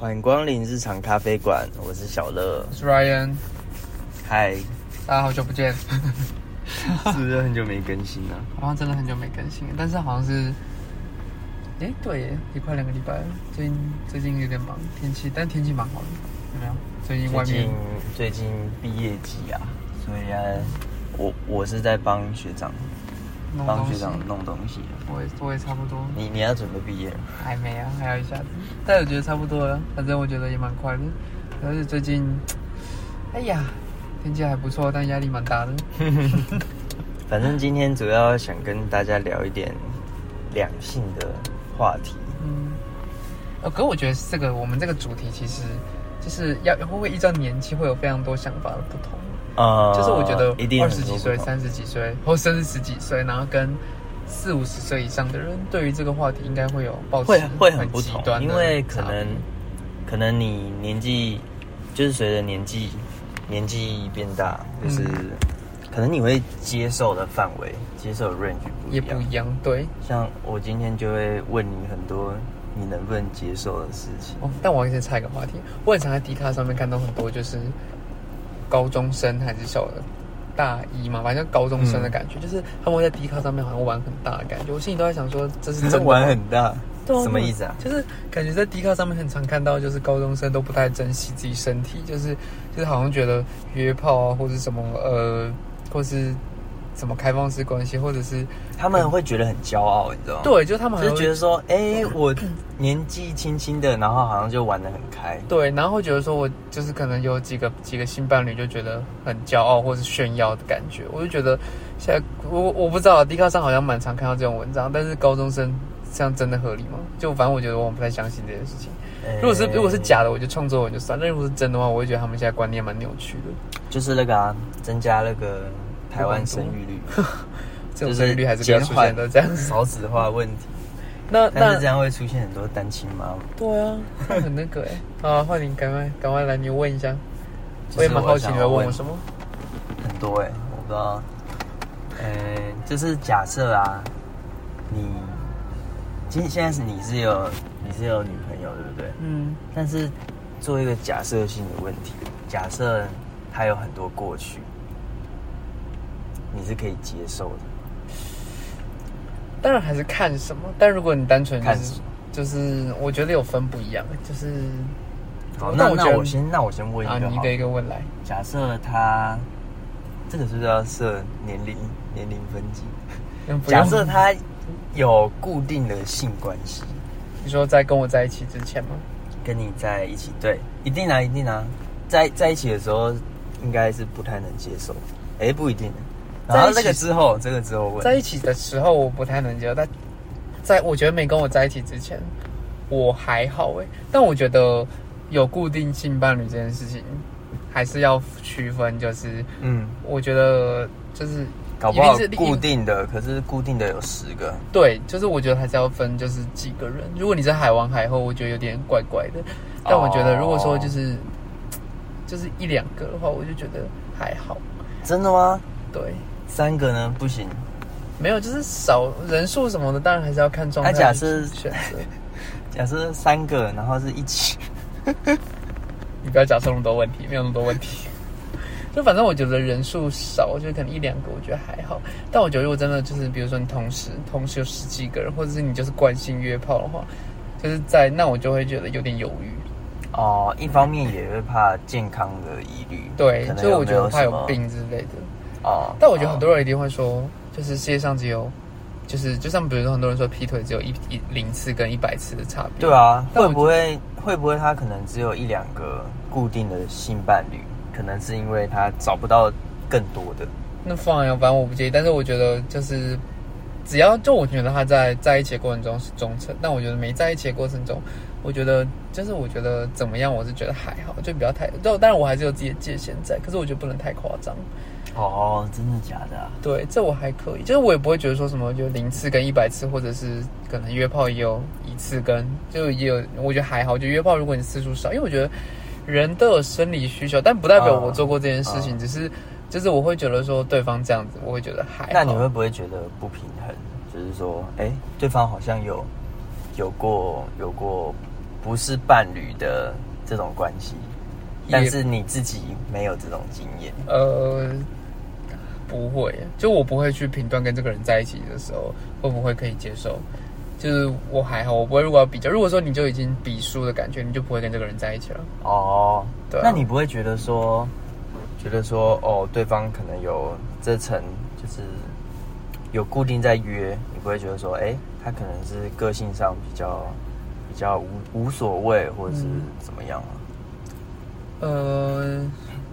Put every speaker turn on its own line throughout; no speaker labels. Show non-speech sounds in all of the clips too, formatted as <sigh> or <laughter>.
欢迎光临日常咖啡馆，我是小乐
我。是 Ryan，
嗨，
大家好久不见。 <laughs>
是不是很久没更新啊了、
好像真的很久没更新了，但是好像是，哎、对耶，也快两个礼拜了。最近最近有点忙，天气，但天气蛮好的，有没有？最近
最
外面
近最近毕业季啊，所以啊，我我是在帮学长
弄
帮
东
学
西，
长弄东西啊。
我也我也差不多，
你你要准备毕业了？
还没啊，还有一下子，但我觉得差不多了，反正我觉得也蛮快的，而且最近，哎呀，天气还不错，但压力蛮大的。 <laughs>
反正今天主要想跟大家聊一点两性的话题。
嗯，呃，可我觉得这个我们这个主题其实就是要会不会依照年纪会有非常多想法的不同。
呃
就是我觉得
一定
二
很
十几
多
岁、
不同
三十几岁，或甚至十几岁，然后跟四五十岁以上的人，对于这个话题应该会有抱持
会会很不
极
同
端，的
因为可
差别
能可能你年纪就是随着年纪年纪变大，就是、
嗯
可能你会接受的范围、接受的 range 不一
也
样。
不一样。对，
像我今天就会问你很多你能不能接受的事情。
哦，但我先插一个话题，我很常在迪卡上面看到很多就是高中生还是小的大一嘛，反正高中生的感
嗯
觉，就是他们会在迪卡上面好像玩很大的感觉，我心里都在想说
<laughs>
这是 <laughs> 真的吗
玩很大，
对啊
什么意思啊？
就是感觉在 D 卡上面很常看到，就是高中生都不太珍惜自己身体，就是就是好像觉得约炮啊，或者什么呃，或是什么开放式关系，或者是
他们会觉得很骄傲，你知道吗？，
嗯对，啊嗯就他们好
就
像
是觉得说，哎、我年纪轻轻的，然后好像就玩的很开。
对，然后会觉得说我就是可能有几个几个新伴侣，就觉得很骄傲或是炫耀的感觉。我就觉得现在我我不知道，D 卡上好像蛮常看到这种文章，但是高中生这样真的合理吗？就反正我觉得我不太相信这件事情。
哎
如果是如果是假的，我就创作文就算；但如果是真的话，我会觉得他们现在观念蛮扭曲的。
就是那个啊，增加那个台湾生育
<laughs>
率，
这种
是
生育率还是不要出现的这样子。
少子化问题。
那
但是这
那
样会出现很多单亲妈妈。
对啊，那很那个哎、 <laughs> 好，换你赶快赶快来，你问一下。
就是
我也蛮好奇你会
想
问
问
我什么。
很多哎、我不知道。呃，就是假设啊，你今现在是你是有你是有女朋友对不对？
嗯
但是做一个假设性的问题，假设她有很多过去，你是可以接受的。
当然还是看什么，但如果你单纯就
看什
是
么
就是，我觉得有分不一样，就是
好，那
但我觉
那
得
我先那我先问一
啊，
个
你一
好
个
了，
一个问来。
假设她这个是不是要设年龄年龄分级？
嗯不用
假设她有固定的性关系，
你说在跟我在一起之前吗？
跟你在一起，对，一定啊，一定啊，在在一起的时候应该是不太能接受，哎、不一定。然后
在
这
一起
个之后，这个之后问，
在一起的时候我不太能接受，但在我觉得没跟我在一起之前，我还好诶、但我觉得有固定性伴侣这件事情，还是要区分，就是
嗯，
我觉得就是
搞不好
一定是
固定的，可是固定的有十个，
对，就是我觉得还是要分，就是几个人。如果你是海王海后，我觉得有点怪怪的。
哦
但我觉得如果说就是、就是一两个的话，我就觉得还好。
真的吗？
对，
三个呢不行，
没有就是少人数什么的，当然还是要看状态。
那假设
选择，
假设三个，然后是一起，
你不要假设那么多问题，没有那么多问题。 <laughs> 就反正我觉得人数少，就可能一两个，我觉得还好。但我觉得如果真的就是，比如说你同时同时有十几个人，或者是你就是惯性约炮的话，就是在那我就会觉得有点犹豫。
哦，一方面也会怕健康的疑虑，
对
可，能
所以我觉
没
得怕
什
有
么
病之类的。
哦。
但我觉得很
人
多人一定会说，就是世界上只有，就是就像比如说很多人说劈腿只有一一零次跟一百次的差别。
对啊，
但
会
我
不会会不会他可能只有一两个固定的性伴侣，可能是因为他找不到更多的。
那放呀，反正我不介意。但是我觉得就是，只要就我觉得他在在一起的过程中是忠诚，但我觉得没在一起的过程中，我觉得就是我觉得怎么样，我是觉得还好，就不要太。就当然我还是有自己的界限在，可是我觉得不能太夸张。
哦，真的假的啊？
对，这我还可以，就是我也不会觉得说什么，就零次跟一百次，或者是可能约炮也有一次跟，就也有，我觉得还好。就约炮，如果你次数少，因为我觉得人都有生理需求，但不代表
啊
我做过这件事情，
啊
只是就是我会觉得说对方这样子，我会觉得还
哎
好。
那你会不会觉得不平衡？就是说，哎、对方好像有有过有过不是伴侣的这种关系，
也
但是你自己没有这种经验，
呃，不会，就我不会去评断跟这个人在一起的时候会不会可以接受。就是我还好，我不会。如果要比较，如果说你就已经比输的感觉，你就不会跟这个人在一起了。
哦，
对啊
那你不会觉得说，觉得说哦，对方可能有这层就是有固定在约，你不会觉得说，哎、他可能是个性上比较比较无无所谓，或者是
嗯
怎么样吗？啊
呃，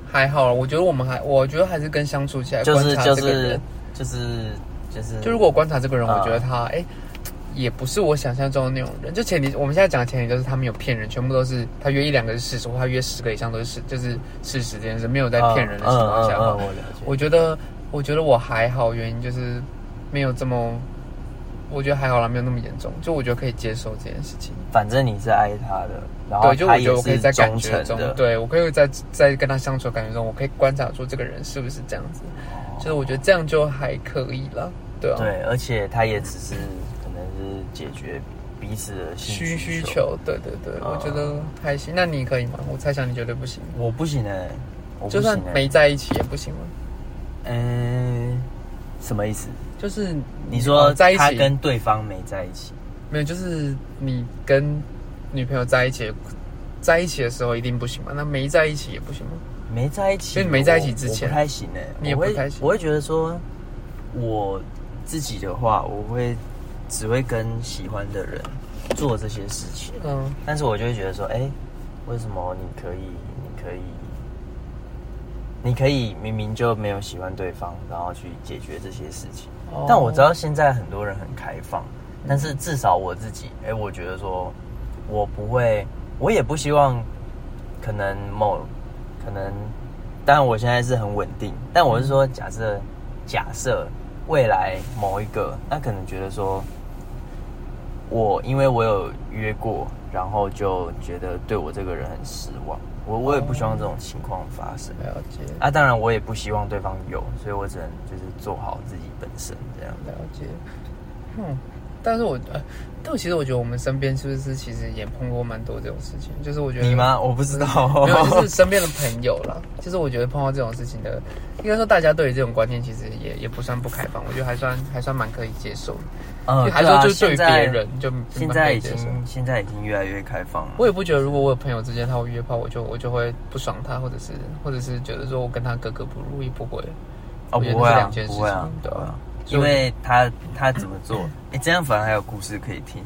还好，我觉得我们还，我觉得还是跟相处起来，
就是嗯
观察
就
这个人
是就是就是，
就如果我观察这个人，我
啊
觉得他哎、也不是我想象中的那种人。就前提，我们现在讲的前提就是他们有骗人，全部都是他约一两个是事实，或他约十个以上都是事，就是事实这件事，没有在骗人的情况下的话
嗯嗯嗯嗯我了解。
我觉得，我觉得我还好，原因就是没有这么，我觉得还好啦，没有那么严重。就我觉得可以接受这件事情。
反正你是爱他的，然后
对，就我
他
觉得
也
我可以
是
在感
忠
觉
诚
中
的，，
对我可以在在跟他相处的感觉中，我可以观察出这个人是不是这样子。就是我觉得这样就还可以了，对啊。
对，而且他也只是可能是解决彼此的性
需需
求。
求，对对对，
啊
我觉得还行。那你可以吗？我猜想你绝对不行，
我不行哎、我不
就算
行欸
没在一起也不行吗？
嗯、什么意思？
就是
你说
哦在一
他
起
跟对方没在一起？
没有，就是你跟女朋友在一起，在一起的时候一定不行嘛？那没在一起也不行吗？
没在一起，
就你没在一起之
我
前
我不太行哎、
你也
我会
不太行
我会觉得说，我自己的话，我会只会跟喜欢的人做这些事情，
嗯，
但是我就会觉得说，哎、为什么你可以，你可以，你可以明明就没有喜欢对方，然后去解决这些事情。
哦
但我知道现在很多人很开放，但是至少我自己，哎、我觉得说，我不会，我也不希望，可能某，可能，当然我现在是很稳定，但我是说假设，假设未来某一个，那可能觉得说，我因为我有约过，然后就觉得对我这个人很失望，我我也不希望这种情况发生。
了解，
啊，当然我也不希望对方有，所以我只能就是做好自己本身这样。
了解。嗯，但是我呃，但我其实我觉得我们身边是不是其实也碰过蛮多这种事情？就是我觉得
你吗？我不知道。
啊没有，就是
<laughs>
身边的朋友啦。就是我觉得碰到这种事情的，应该说大家对于这种观念其实也也不算不开放，我觉得还算还算蛮可以接受的。
嗯
还说就是对于别人就
现
蛮可
在
以
已
接受。
经现在已经越来越开放了。
我也不觉得，如果我有朋友之间他会约炮，我就我就会不爽他，或者是或者是觉得说我跟他格格不入，也不会。
哦，
我觉得
不会
这是
啊
两件，事
不
情
会啊，
对啊
不会啊
所
因
以我
为他他怎么
<coughs>
做，哎，这样反而还有故事可以听。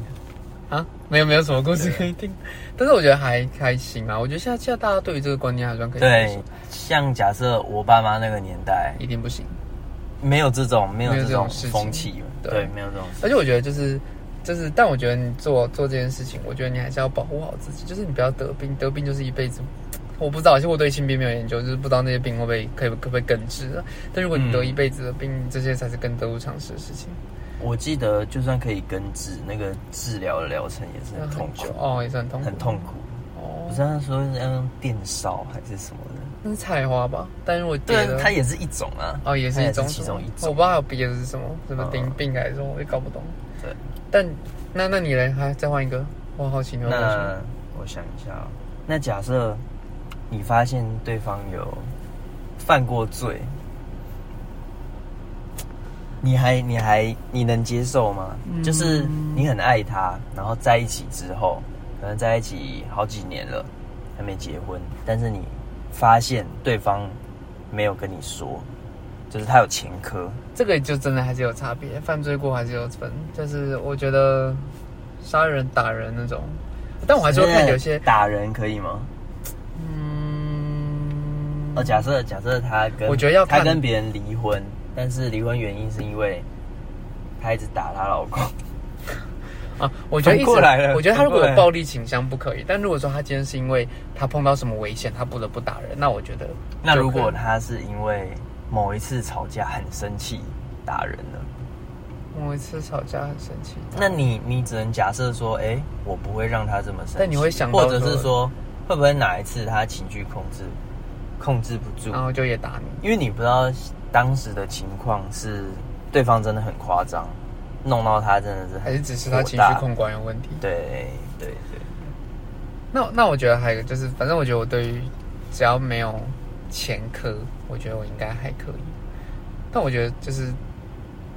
啊，没有没有什么故事可以听，但是我觉得还还行啊。我觉得现在现在大家对于这个观念还算可以接
对
受，，
像假设我爸妈那个年代，
一定不行。
没有这种没有
没有
这
这种
种
事情
风气，
对
对，没有这种
而且我觉得就是就是，但我觉得你做做这件事情，我觉得你还是要保护好自己，就是你不要得病，得病就是一辈子。我不知道，其实我对性病没有研究，就是不知道那些病会不会可以可不可以根治。啊但如果你得
嗯
一辈子的病，这些才是更得不偿失的事情，
我记得就算可以根治，那个治疗的疗程也是很痛
久
苦，
哦，也是很痛苦，
很痛苦。
哦
我。知道说是啊要用电烧还是什么的，
那是菜花吧？但如果别
对啊
的，
它也是一种啊。
哦也是一
它
种
其中一
我
种
不。知道还有别的是什么，什么
嗯
丁病还是什么，我也搞不懂。
对，
但那那你嘞？还再换一个，我好奇你会问什么？
那我想一下、哦，那假设你发现对方有犯过罪，你还你还你能接受吗？
嗯
就是你很爱他，然后在一起之后，可能在一起好几年了，还没结婚，但是你发现对方没有跟你说，就是他有前科，
这个就真的还是有差别，犯罪过还是有分。就是我觉得杀人、打人那种，但我还是会看有些，
打人可以吗？
嗯，
哦，假设假设他跟
我觉得要看
他跟别人离婚，但是离婚原因是因为她一直打她老公。 <laughs>
啊，我觉得一直
反过来了
我觉得他如果
反过来
有暴力倾向不可以，但如果说他今天是因为他碰到什么危险，他不得不打人，那我觉得
那如
就
果
可以
他是因为某一次吵架很生气打人了，
某一次吵架很生气，
那你你只能假设说，哎、我不会让他这么生气。
但你会想到
或
说
者是说，会不会哪一次他情绪控制控制不住？
然后就也打你，
因为你不知道当时的情况是对方真的很夸张，弄到他真的是很
还是只是他情
火
绪
大
控管有问题？
对对对，
那那我觉得还有就是，反正我觉得我对于只要没有前科，我觉得我应该还可以。但我觉得就是，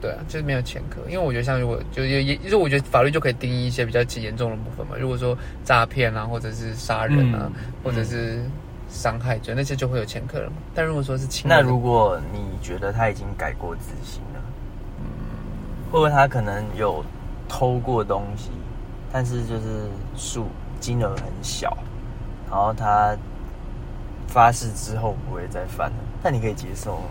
对啊，就是没有前科，因为我觉得像如果就是也也就是我觉得法律就可以定义一些比较严重的部分嘛，如果说诈骗啊，或者是杀人啊，
嗯
或者是伤害罪那些就会有前科了嘛。但如果说是轻微
那
的，
如果你觉得他已经改过自新了，
嗯
会不会他可能有偷过东西，但是就是数金额很小，然后他发誓之后不会再犯了，那你可以接受吗？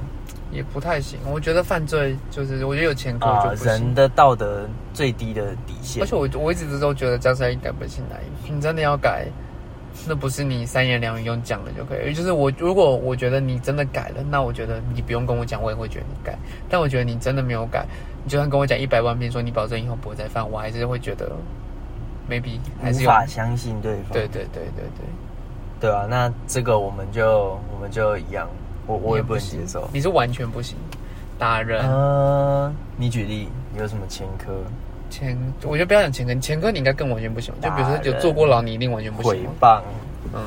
也不太行，我觉得犯罪就是我觉得有前科
啊、
就不行。
人的道德最低的底线
而，且我我一直都觉得江山易改，本性难移。你真的要改， <laughs> 那不是你三言两语用讲的就可以。也就是我如果我觉得你真的改了，那我觉得你不用跟我讲，我也会觉得你改。但我觉得你真的没有改，你就算跟我讲一百万遍说你保证以后不会再犯，我还是会觉得 maybe 还是
无
有。
法相信对方。
对对对对对，
对啊，那这个我们就我们就一样，我我也不能接受。
你是完全不行，打人。
嗯，你举例，你有什么前科？
前，我觉得不要讲前科，前科你应该更完全不行。就比如说
打
有
人
坐过牢，你一定完全不
诽
行。
谤，
嗯，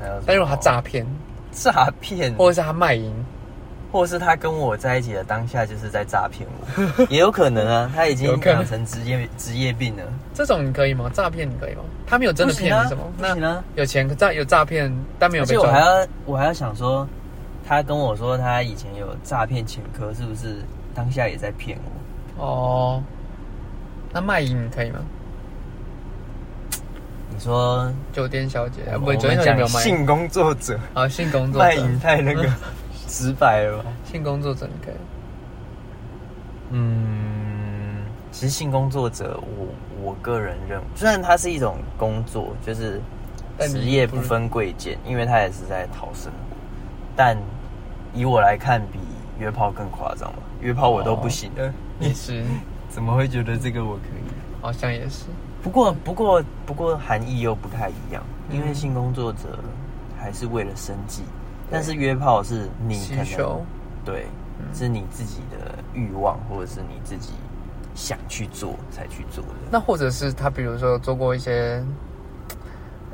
还有什么
但如果他诈骗，
嗯诈骗，
或
或
者是他卖淫，
或是他跟我在一起的当下就是在诈骗我， <laughs> 也有可能啊，他已经
有可能
养成职业职业病了，
这种你可以吗？诈骗你可以吗？他没有真的骗你什么？
不行啊不行
那
啊
有钱诈有诈骗，但没有
而
被
且我
抓
还。要我还要想说，他跟我说他以前有诈骗前科，是不是当下也在骗我？
哦，那卖淫你可以吗？
你说
酒店小姐，啊
我
不，
们
酒店小姐没有
讲
卖淫。
性工作者 <laughs>
啊，性工作
卖
者，
淫太那
<laughs>
个直白了吧？
性工作者你可以。
嗯，其实性工作者，我我个人认为，虽然它是一种工作，就是
但你
职业
不
不分贵贱，因为它也是在讨生活，但以我来看，比约炮更夸张吧？约炮我都不行了，
也
<laughs>
是，
哦哎怎么会觉得这个我可以？
好像也是。
不过，不过，不过含义又不太一样，因为性工作者还是为了生计，但是约炮是你啊可
需
能
求，
对，是你自己的欲望，或者是你自己想去做才去做的。
那或者是他比如说做过一些，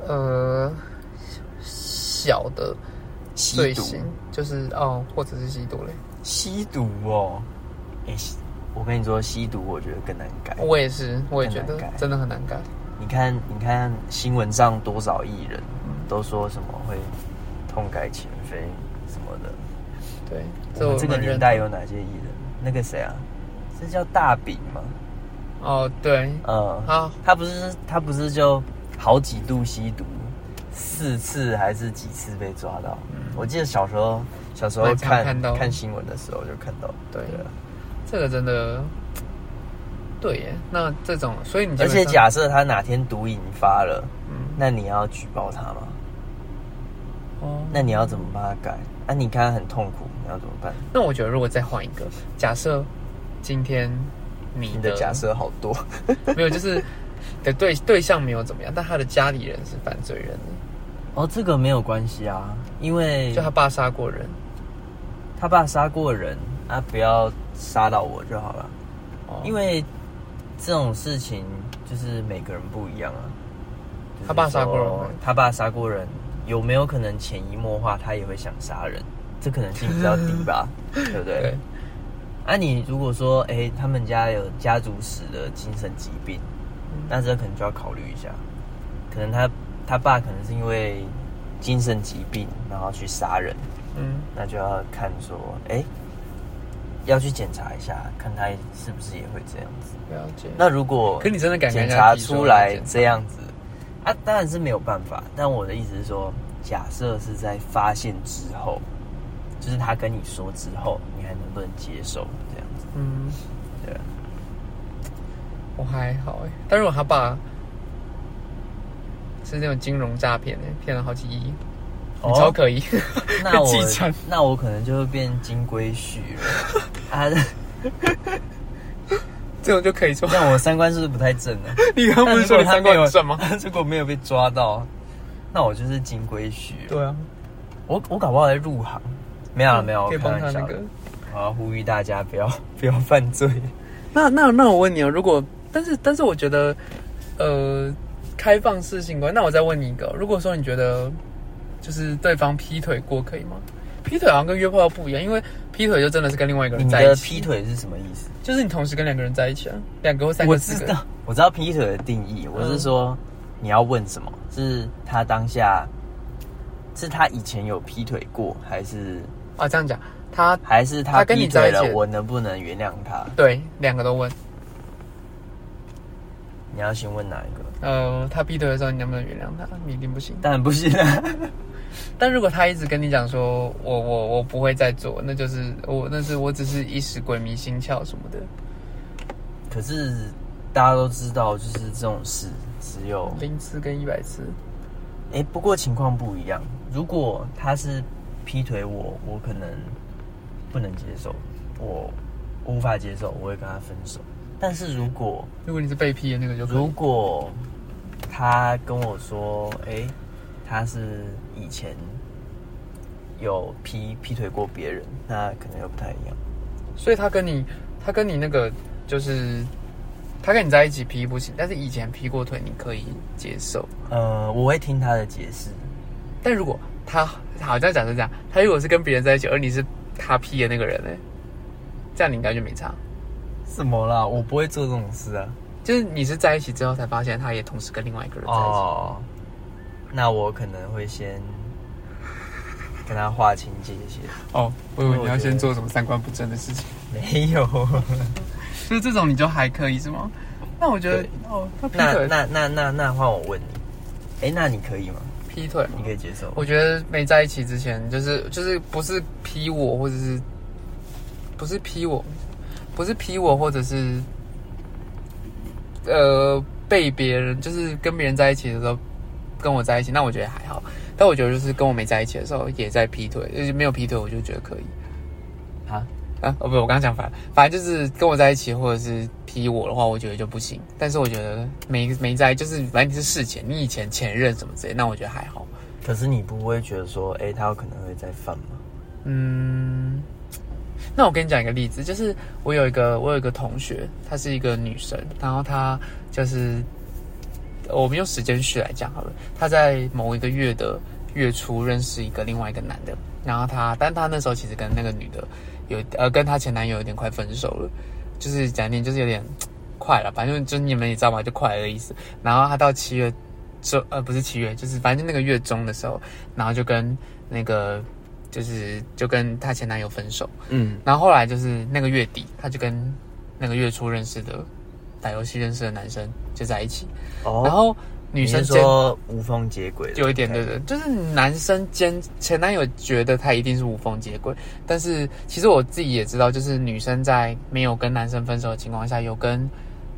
呃，小的罪
吸毒，
行，就是哦，或者是吸毒类。
吸毒哦，哎、吸我跟你说，吸毒我觉得更难改。
我也是，我也觉得
很难改
真的很难改。
你看，你看新闻上多少艺人
嗯
都说什么会痛改前非什么的。
对，
我
我
们这个
们
年
认
代有哪些艺人？那个谁啊，这叫大饼吗？
哦，对，啊
嗯，
好，
他不是他不是就好几度吸毒，四次还是几次被抓到？我记得小时候小时候
嗯蛮常
看
看到
新闻的时候就看到，
对
啊
这个真的，对耶。那这种，所以你基
而
本上
且，假设他哪天毒瘾发了，
嗯，
那你要举报他吗？
哦，
那你要怎么帮他改？啊，你看他很痛苦，你要怎么办？
那我觉得如果再换一个假设，今天你
你
的
的假设好多，
没有，就是的对对象没有怎么样，但他的家里人是犯罪人，
哦，这个没有关系啊，因为
就他爸杀过人，
他爸杀过人啊，不要杀到我就好了。
哦
因为这种事情就是每个人不一样啊。就是
他爸杀过人
说
吗
他爸杀过人，有没有可能潜移默化他也会想杀人？这可能性比较低
<laughs>
吧，对不对？
对，
啊，你如果说，哎、他们家有家族史的精神疾病，
哦
那这可能就要考虑一下，可能他他爸可能是因为精神疾病，然后去杀人，
嗯，
那就要看说，哎、要去检查一下，看他是不是也会这样子。
了解。
那如果
可你真的敢
检
跟人家
查
提出
出来
检查
这样子啊，当然是没有办法。但我的意思是说，假设是在发现之后，就是他跟你说之后，你还能不能接受这样子？
嗯，
对啊，
我还好哎，但如果他爸是那种金融诈骗的，骗了好几亿，你超可疑。
那
<laughs> 被继
我
承
那我可能就会变金龟婿了 <laughs> 啊！
这种就可以说，
那我三观是不是不太正
<laughs>
呢、啊？
你刚刚不是说你三观很
<laughs>
正吗？？
如果没有被抓到，那我就是金龟婿。
对啊，
我我搞不好还入行。没有啊没有，
可以
我开
帮他
玩笑
那
的
个。
我要呼吁大家不要 <laughs> 不要犯罪。
那那那我问你哦，如果但是但是我觉得，呃，开放式性关系。那我再问你一个，哦如果说你觉得就是对方劈腿过可以吗？劈腿好像跟约炮不一样，因为劈腿就真的是跟另外一个人
你
在一
的
起。
劈腿是什么意思？
就是你同时跟两个人在一起啊，两个或三
我
个、四
知
个。嗯
道，我知道劈腿的定义。我是说，你要问什么？是他当下，是他以前有劈腿过，还是
啊，这样讲，他
还是他
他跟你
劈腿
在
了
一起？
我能不能原谅他？
对两个都问。
你要先问哪一
<laughs>
个？
呃，他劈腿的时候，你能不能原谅他？你一定不行。
当然不行啊！
但如果他一直跟你讲说，我我我不会再做，那就是我那是我只是一时鬼迷心窍什么的，
可是大家都知道，就是这种事只有
零次跟一百次，
哎、不过情况不一样。如果他是劈腿我，我可能不能接受，我我无法接受，我会跟他分手。但是如果
如果你是被劈的那个就可以
如果他跟我说，哎、他是以前有劈劈腿过别人，那可能又不太一样。
所以他跟你他跟你那个就是他跟你在一起劈不行，但是以前劈过腿你可以接受。
呃，我会听他的解释，
但如果他好像讲是这样，他如果是跟别人在一起，而你是他劈的那个人呢、这样你应该就没差。
什么啦？我不会做这种事啊。
就是你是在一起之后才发现他也同时跟另外一个人在一起，
哦，那我可能会先 <laughs> 跟他划清界限。
哦，我以为
我
你要
觉得
先做什么三观不正的 <laughs> 事情，
没有，
就是这种你就还可以是吗？那我觉得
对
哦，他劈
那
腿
那那那那换我问你，哎、那你可以吗？
劈腿嘛
你可以接受吗？
我觉得没在一起之前，就是就是不是劈我，或者是不是劈我，不是劈我，或者是呃被别人就是跟别人在一起的时候跟我在一起，那我觉得还好。但我觉得就是跟我没在一起的时候也在劈腿，就是没有劈腿，我就觉得可以。
啊，
啊，哦不，我刚刚讲反了，反正就是跟我在一起或者是劈我的话，我觉得就不行。但是我觉得没没在，就是反正你是事前，你以前前任什么之类，那我觉得还好。
可是你不会觉得说，哎、他有可能会再犯吗？
嗯，那我跟你讲一个例子，就是我有一个我有一个同学，她是一个女生，然后她就是呃我们用时间序来讲好了，她在某一个月的月初认识一个另外一个男的，然后她，但她那时候其实跟那个女的有呃跟她前男友有点快分手了，就是讲一点就是有点快了，反正就你们也知道吧，就快的意思。然后她到七月中呃不是七月，就是反正就那个月中的时候，然后就跟那个就是就跟她前男友分手，
嗯，
然后后来就是那个月底，她就跟那个月初认识的打游戏认识的男生就在一起，
哦，
然后女生
你是
间
说无缝接轨，
有一点对，对，就是男生间前男友觉得他一定是无缝接轨，但是其实我自己也知道，就是女生在没有跟男生分手的情况下，有跟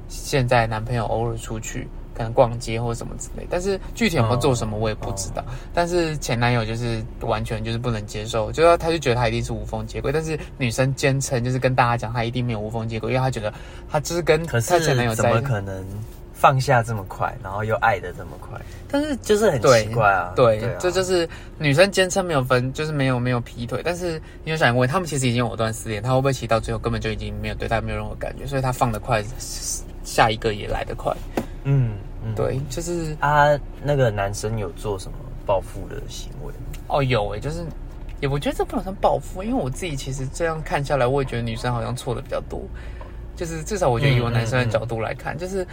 现在男朋友偶尔出去，可能逛街或什么之类，但是具体有没有做什么我也不知道。
哦
但是前男友就是完全就是不能接受，就是他就觉得他一定是无缝接轨，但是女生坚称就是跟大家讲他一定没有无缝接轨，因为他觉得他就是跟
可
他
是
前男友
怎
在一
么
起，
可能放下这么快，然后又爱的这么快？
但是
就是很
对
奇怪啊。
对，
啊
这就是女生坚称没有分，就是没有没有劈腿，但是你有想问，他们其实已经有藕断丝连，他会不会其实到最后根本就已经没有对他没有任何感觉，所以他放得快，下一个也来得快。
嗯嗯，
对，就是
啊，那个男生有做什么报复的行为吗？
哦有诶、就是也我觉得这不能算报复，因为我自己其实这样看下来，我也觉得女生好像错的比较多，就是至少我觉得以我
嗯
男生的
嗯嗯
角度来看，就是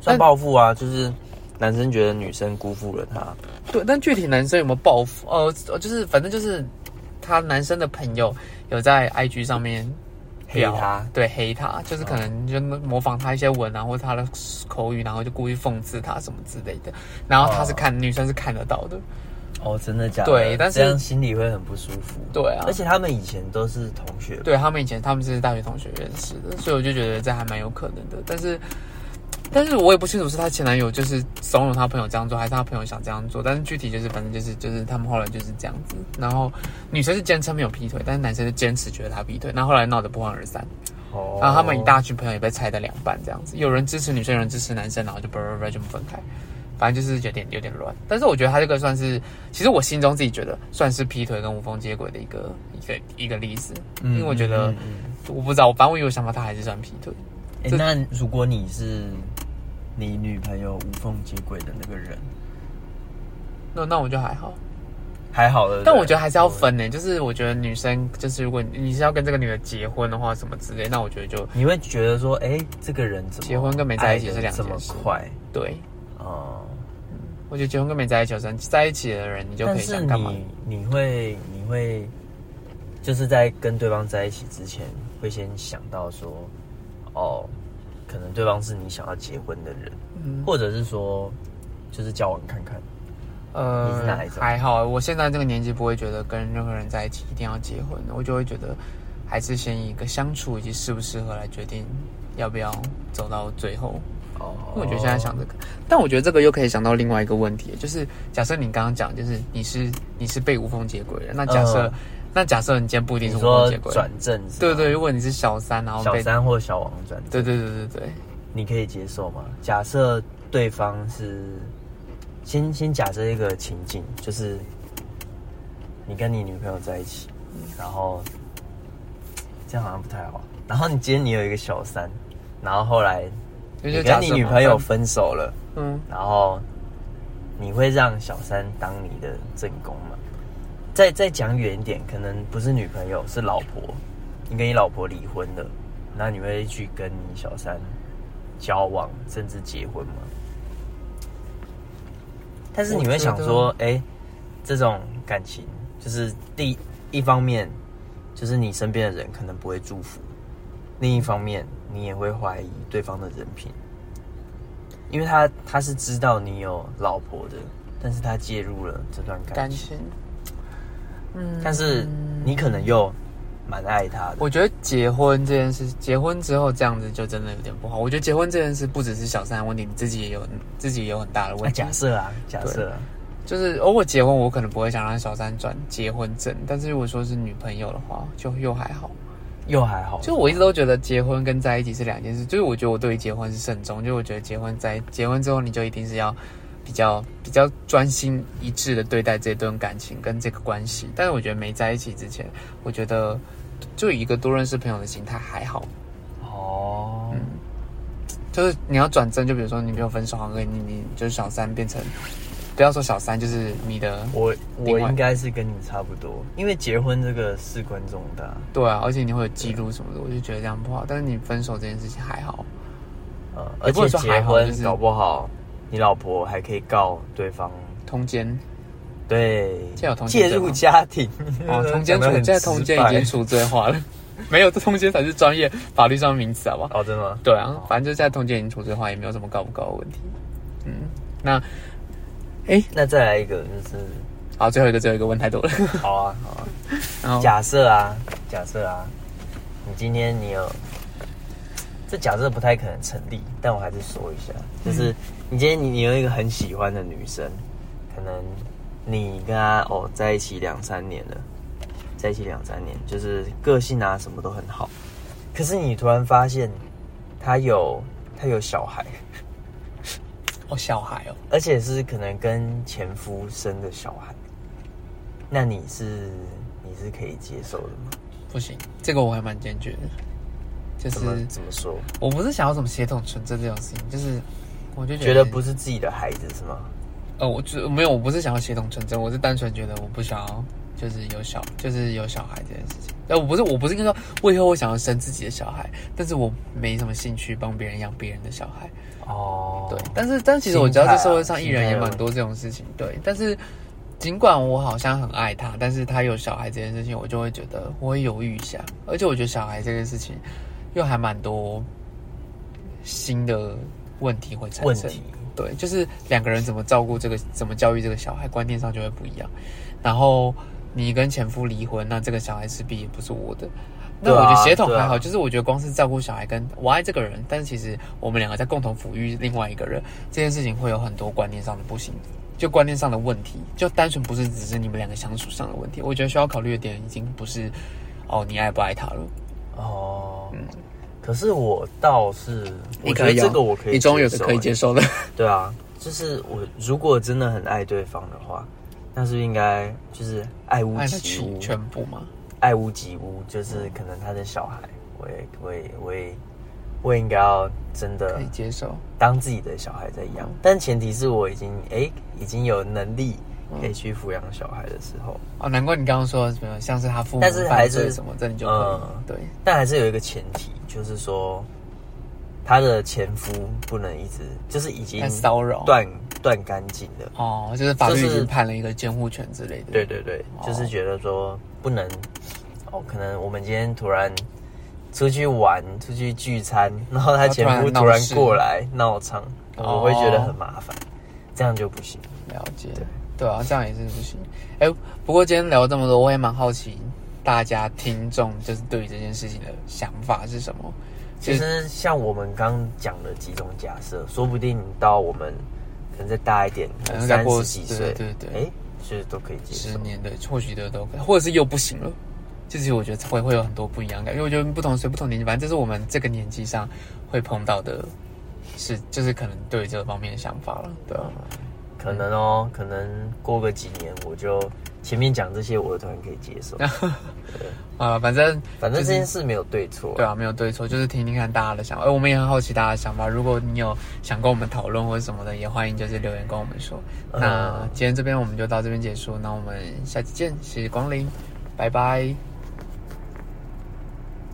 算报复啊，就是男生觉得女生辜负了他，
对，但具体男生有没有报复？呃，就是反正就是他男生的朋友有在 IG 上面
黑
表
他哦
对，黑他，就是可能就模仿他一些文啊，或者他的口语，然后就故意讽刺他什么之类的。然后他是看、女生是看得到的，
哦，真的假的？
对但是
这样心里会很不舒服。
对啊
而且他们以前都是同学，，
对他们以前他们是大学同学认识的，所以我就觉得这还蛮有可能的。但是，但是我也不清楚是她前男友就是怂恿她朋友这样做，还是她朋友想这样做。但是具体就是反正就是就是他们后来就是这样子。然后女生是坚称没有劈腿，但是男生就坚持觉得她劈腿，然后后来闹得不欢而散。
哦
啊然后他们一大群朋友也被拆得两半，这样子，有人支持女生，有人支持男生，然后就啵啵啵就分开，反正就是有点有点乱。但是我觉得他这个算是，其实我心中自己觉得算是劈腿跟无缝接轨的一个一个一个例子，
嗯，
因为我觉得
嗯嗯
我不知道，反正我有想法，他还是算劈腿。
嗯诶
这
那如果你是你女朋友无缝接轨的那个人，
那那我就还好。
还好的。
但我觉得还是要分呢、就是我觉得女生就是如果你你是要跟这个女的结婚的话，什么之类，那我觉得就
你会觉得说，哎、这个人怎么
结婚跟没在一起是两
这
件
么
事
快
对。
哦、
我觉得结婚跟没在一起有分，在一起的人你就可
但
以
是
想干嘛。
你你会你会就是在跟对方在一起之前，会先想到说，哦，可能对方是你想要结婚的人，
嗯，
或者是说就是交往看看。你是哪
呃
一，种
还好，我现在这个年纪不会觉得跟任何人在一起一定要结婚，我就会觉得还是先以一个相处以及适不适合来决定要不要走到最后。
哦，
因为我觉得现在想这个，但我觉得这个又可以想到另外一个问题，就是假设你刚刚讲，就是你是你是被无缝接轨的，那假设、
嗯
那假设你今天不一定
你
是无缝
说
接轨，
转正是吗
对对，如果你是小三，然后
小
被
三或小王转正，
对对对对对，
你可以接受吗？假设对方是先先假设一个情境，就是你跟你女朋友在一起，然后这样好像不太好。然后你今天你有一个小三，然后后来你
因为就假
跟
设
你
嘛
女朋友分手了，
嗯，
然后你会让小三当你的正宫吗？再再讲远一点，可能不是女朋友，是老婆，你跟你老婆离婚了，那你会去跟你小三交往，甚至结婚吗？但是你会想说，哎、这种感情就是第一方面，就是你身边的人可能不会祝福，另一方面你也会怀疑对方的人品，因为他他是知道你有老婆的，但是他介入了这段
感
感情，
情，嗯，
但是你可能又蛮爱他的。
我觉得结婚这件事，结婚之后这样子就真的有点不好。我觉得结婚这件事不只是小三的问题，你自己也有自己也有很大的
那
问题。
假设啊，假设啊，
就是偶尔结婚，我可能不会想让小三转结婚证，但是如果说是女朋友的话，就又还好。
又还好，
就我一直都觉得结婚跟在一起是两件事，就是我觉得我对于结婚是慎重，就我觉得结婚在结婚之后，你就一定是要比较比较专心一致的对待这段感情跟这个关系。但是我觉得没在一起之前，我觉得就以一个多认识朋友的心态还好，
哦，
嗯就是你要转正，就比如说你没有分手，好像跟你你就是小三变成，不要说小三，就是你的
我
另
我
外
应该是跟你差不多，因为结婚这个事关重大，
对啊，而且你会有记录什么的，我就觉得这样不好。但是你分手这件事情还好，
呃，
也
而
不能
且
说
结
还好
婚
就是
搞不好，你老婆还可以告对方，
通奸
对
这有通奸
介
罪
入
吗
家庭，
哦，通
讲
奸
得
处
很
在
直
通奸已
白
经处罪化了， <laughs> 没有，这通奸才是专业法律上的名词，好不好？
哦，真的吗？
对啊，反正就在通奸已经处罪化，也没有什么高不高的问题。嗯，那
那再来一个就是，
好，最后一个最后一个问太
<laughs>
多了，哦
好啊好啊，
然后
假设啊假设啊，你今天你有，这假设不太可能成立，但我还是说一下，就是、你今天你你有一个很喜欢的女生，可能你跟她哦在一起两三年了，在一起两三年，就是个性啊什么都很好，可是你突然发现她有她有小孩。
哦小孩哦，
而且是可能跟前夫生的小孩，那你是你是可以接受的吗？
不行，这个我还蛮坚决的，就
怎么
是
怎么说？
我不是想要什么血统纯正这种事情，就是我就
觉
觉得
得不是自己的孩子是吗？
呃，我只没有，我不是想要协同纯真，我是单纯觉得我不想要，就是有小，就是有小孩这件事情。呃但我不是，我不是跟你说，我以后我想要生自己的小孩，但是我没什么兴趣帮别人养别人的小孩。
哦，
对，但是但其实我知道
心态
这
啊
社会上艺
心
人
态
也
有
蛮多这种事情，对。但是尽管我好像很爱他，但是他有小孩这件事情，我就会觉得我会犹豫一下。而且我觉得小孩这件事情又还蛮多新的问题会产
问
生
题。
对，就是两个人怎么照顾这个，怎么教育这个小孩，观念上就会不一样。然后你跟前夫离婚，那这个小孩势必也不是我的。那
对
我
啊
觉得协同还好，
对啊
就是我觉得光是照顾小孩跟我爱这个人，但是其实我们两个在共同抚育另外一个人，这件事情会有很多观念上的不行，就观念上的问题，就单纯不是只是你们两个相处上的问题。我觉得需要考虑的点已经不是哦你爱不爱他了，
哦，可是我倒是，我
你
觉
可
得
以哦
这个我可以，
你终于有个可以
接
接
受。欸
受的。
对啊，就是我如果真的很爱对方的话，那是不是应该就是爱屋
哎爱是
及乌
全，全部吗？
爱屋及乌，就是可能他的小孩，我也我也我也我也应该要真的
可以接受。
当自己的小孩在养，
嗯
但前提是我已经哎、已经有能力
嗯
可以去抚养小孩的时候，
哦，难怪你刚刚说什么像是他父母
但是还
犯罪
是
什么，这你就可以、
嗯
对。
但还是有一个前提，就是说他的前夫不能一直就是已经
在骚扰
断断干净了。
哦，就是法律已
嗯就是
经判了一个监护权之类的。
对对对，
哦
就是觉得说不能哦，可能我们今天突然出去玩、出去聚餐，然后他
他突
前
然
夫
闹
突然
事
过来闹场，
哦
我会觉得很麻烦，这样就不行。
了解，对啊，这样也是不行。哎、不过今天聊这么多，我也蛮好奇大家听众就是对于这件事情的想法是什么。
嗯其实像我们刚讲的几种假设，说不定到我们可能再大一点，可能
可能再
三
过
十几岁，
对对对
哎，其实都可以接
十
受。
年的，或许的都，或者是又不行了。就其实我觉得会会有很多不一样的感觉，因为我觉得不同岁不同年纪，反正这是我们这个年纪上会碰到的是，就是可能对于这方面的想法了，对啊，
可能哦，可能过个几年，我就前面讲这些，我突然可以接受。
啊、反正
反正
就是
这件事没有对错，
对啊，没有对错，就是听听看大家的想法。而哎我们也很好奇大家的想法，如果你有想跟我们讨论或者什么的，也欢迎就是留言跟我们说。
嗯
那今天这边我们就到这边结束，那我们下期见，谢谢光临，拜拜。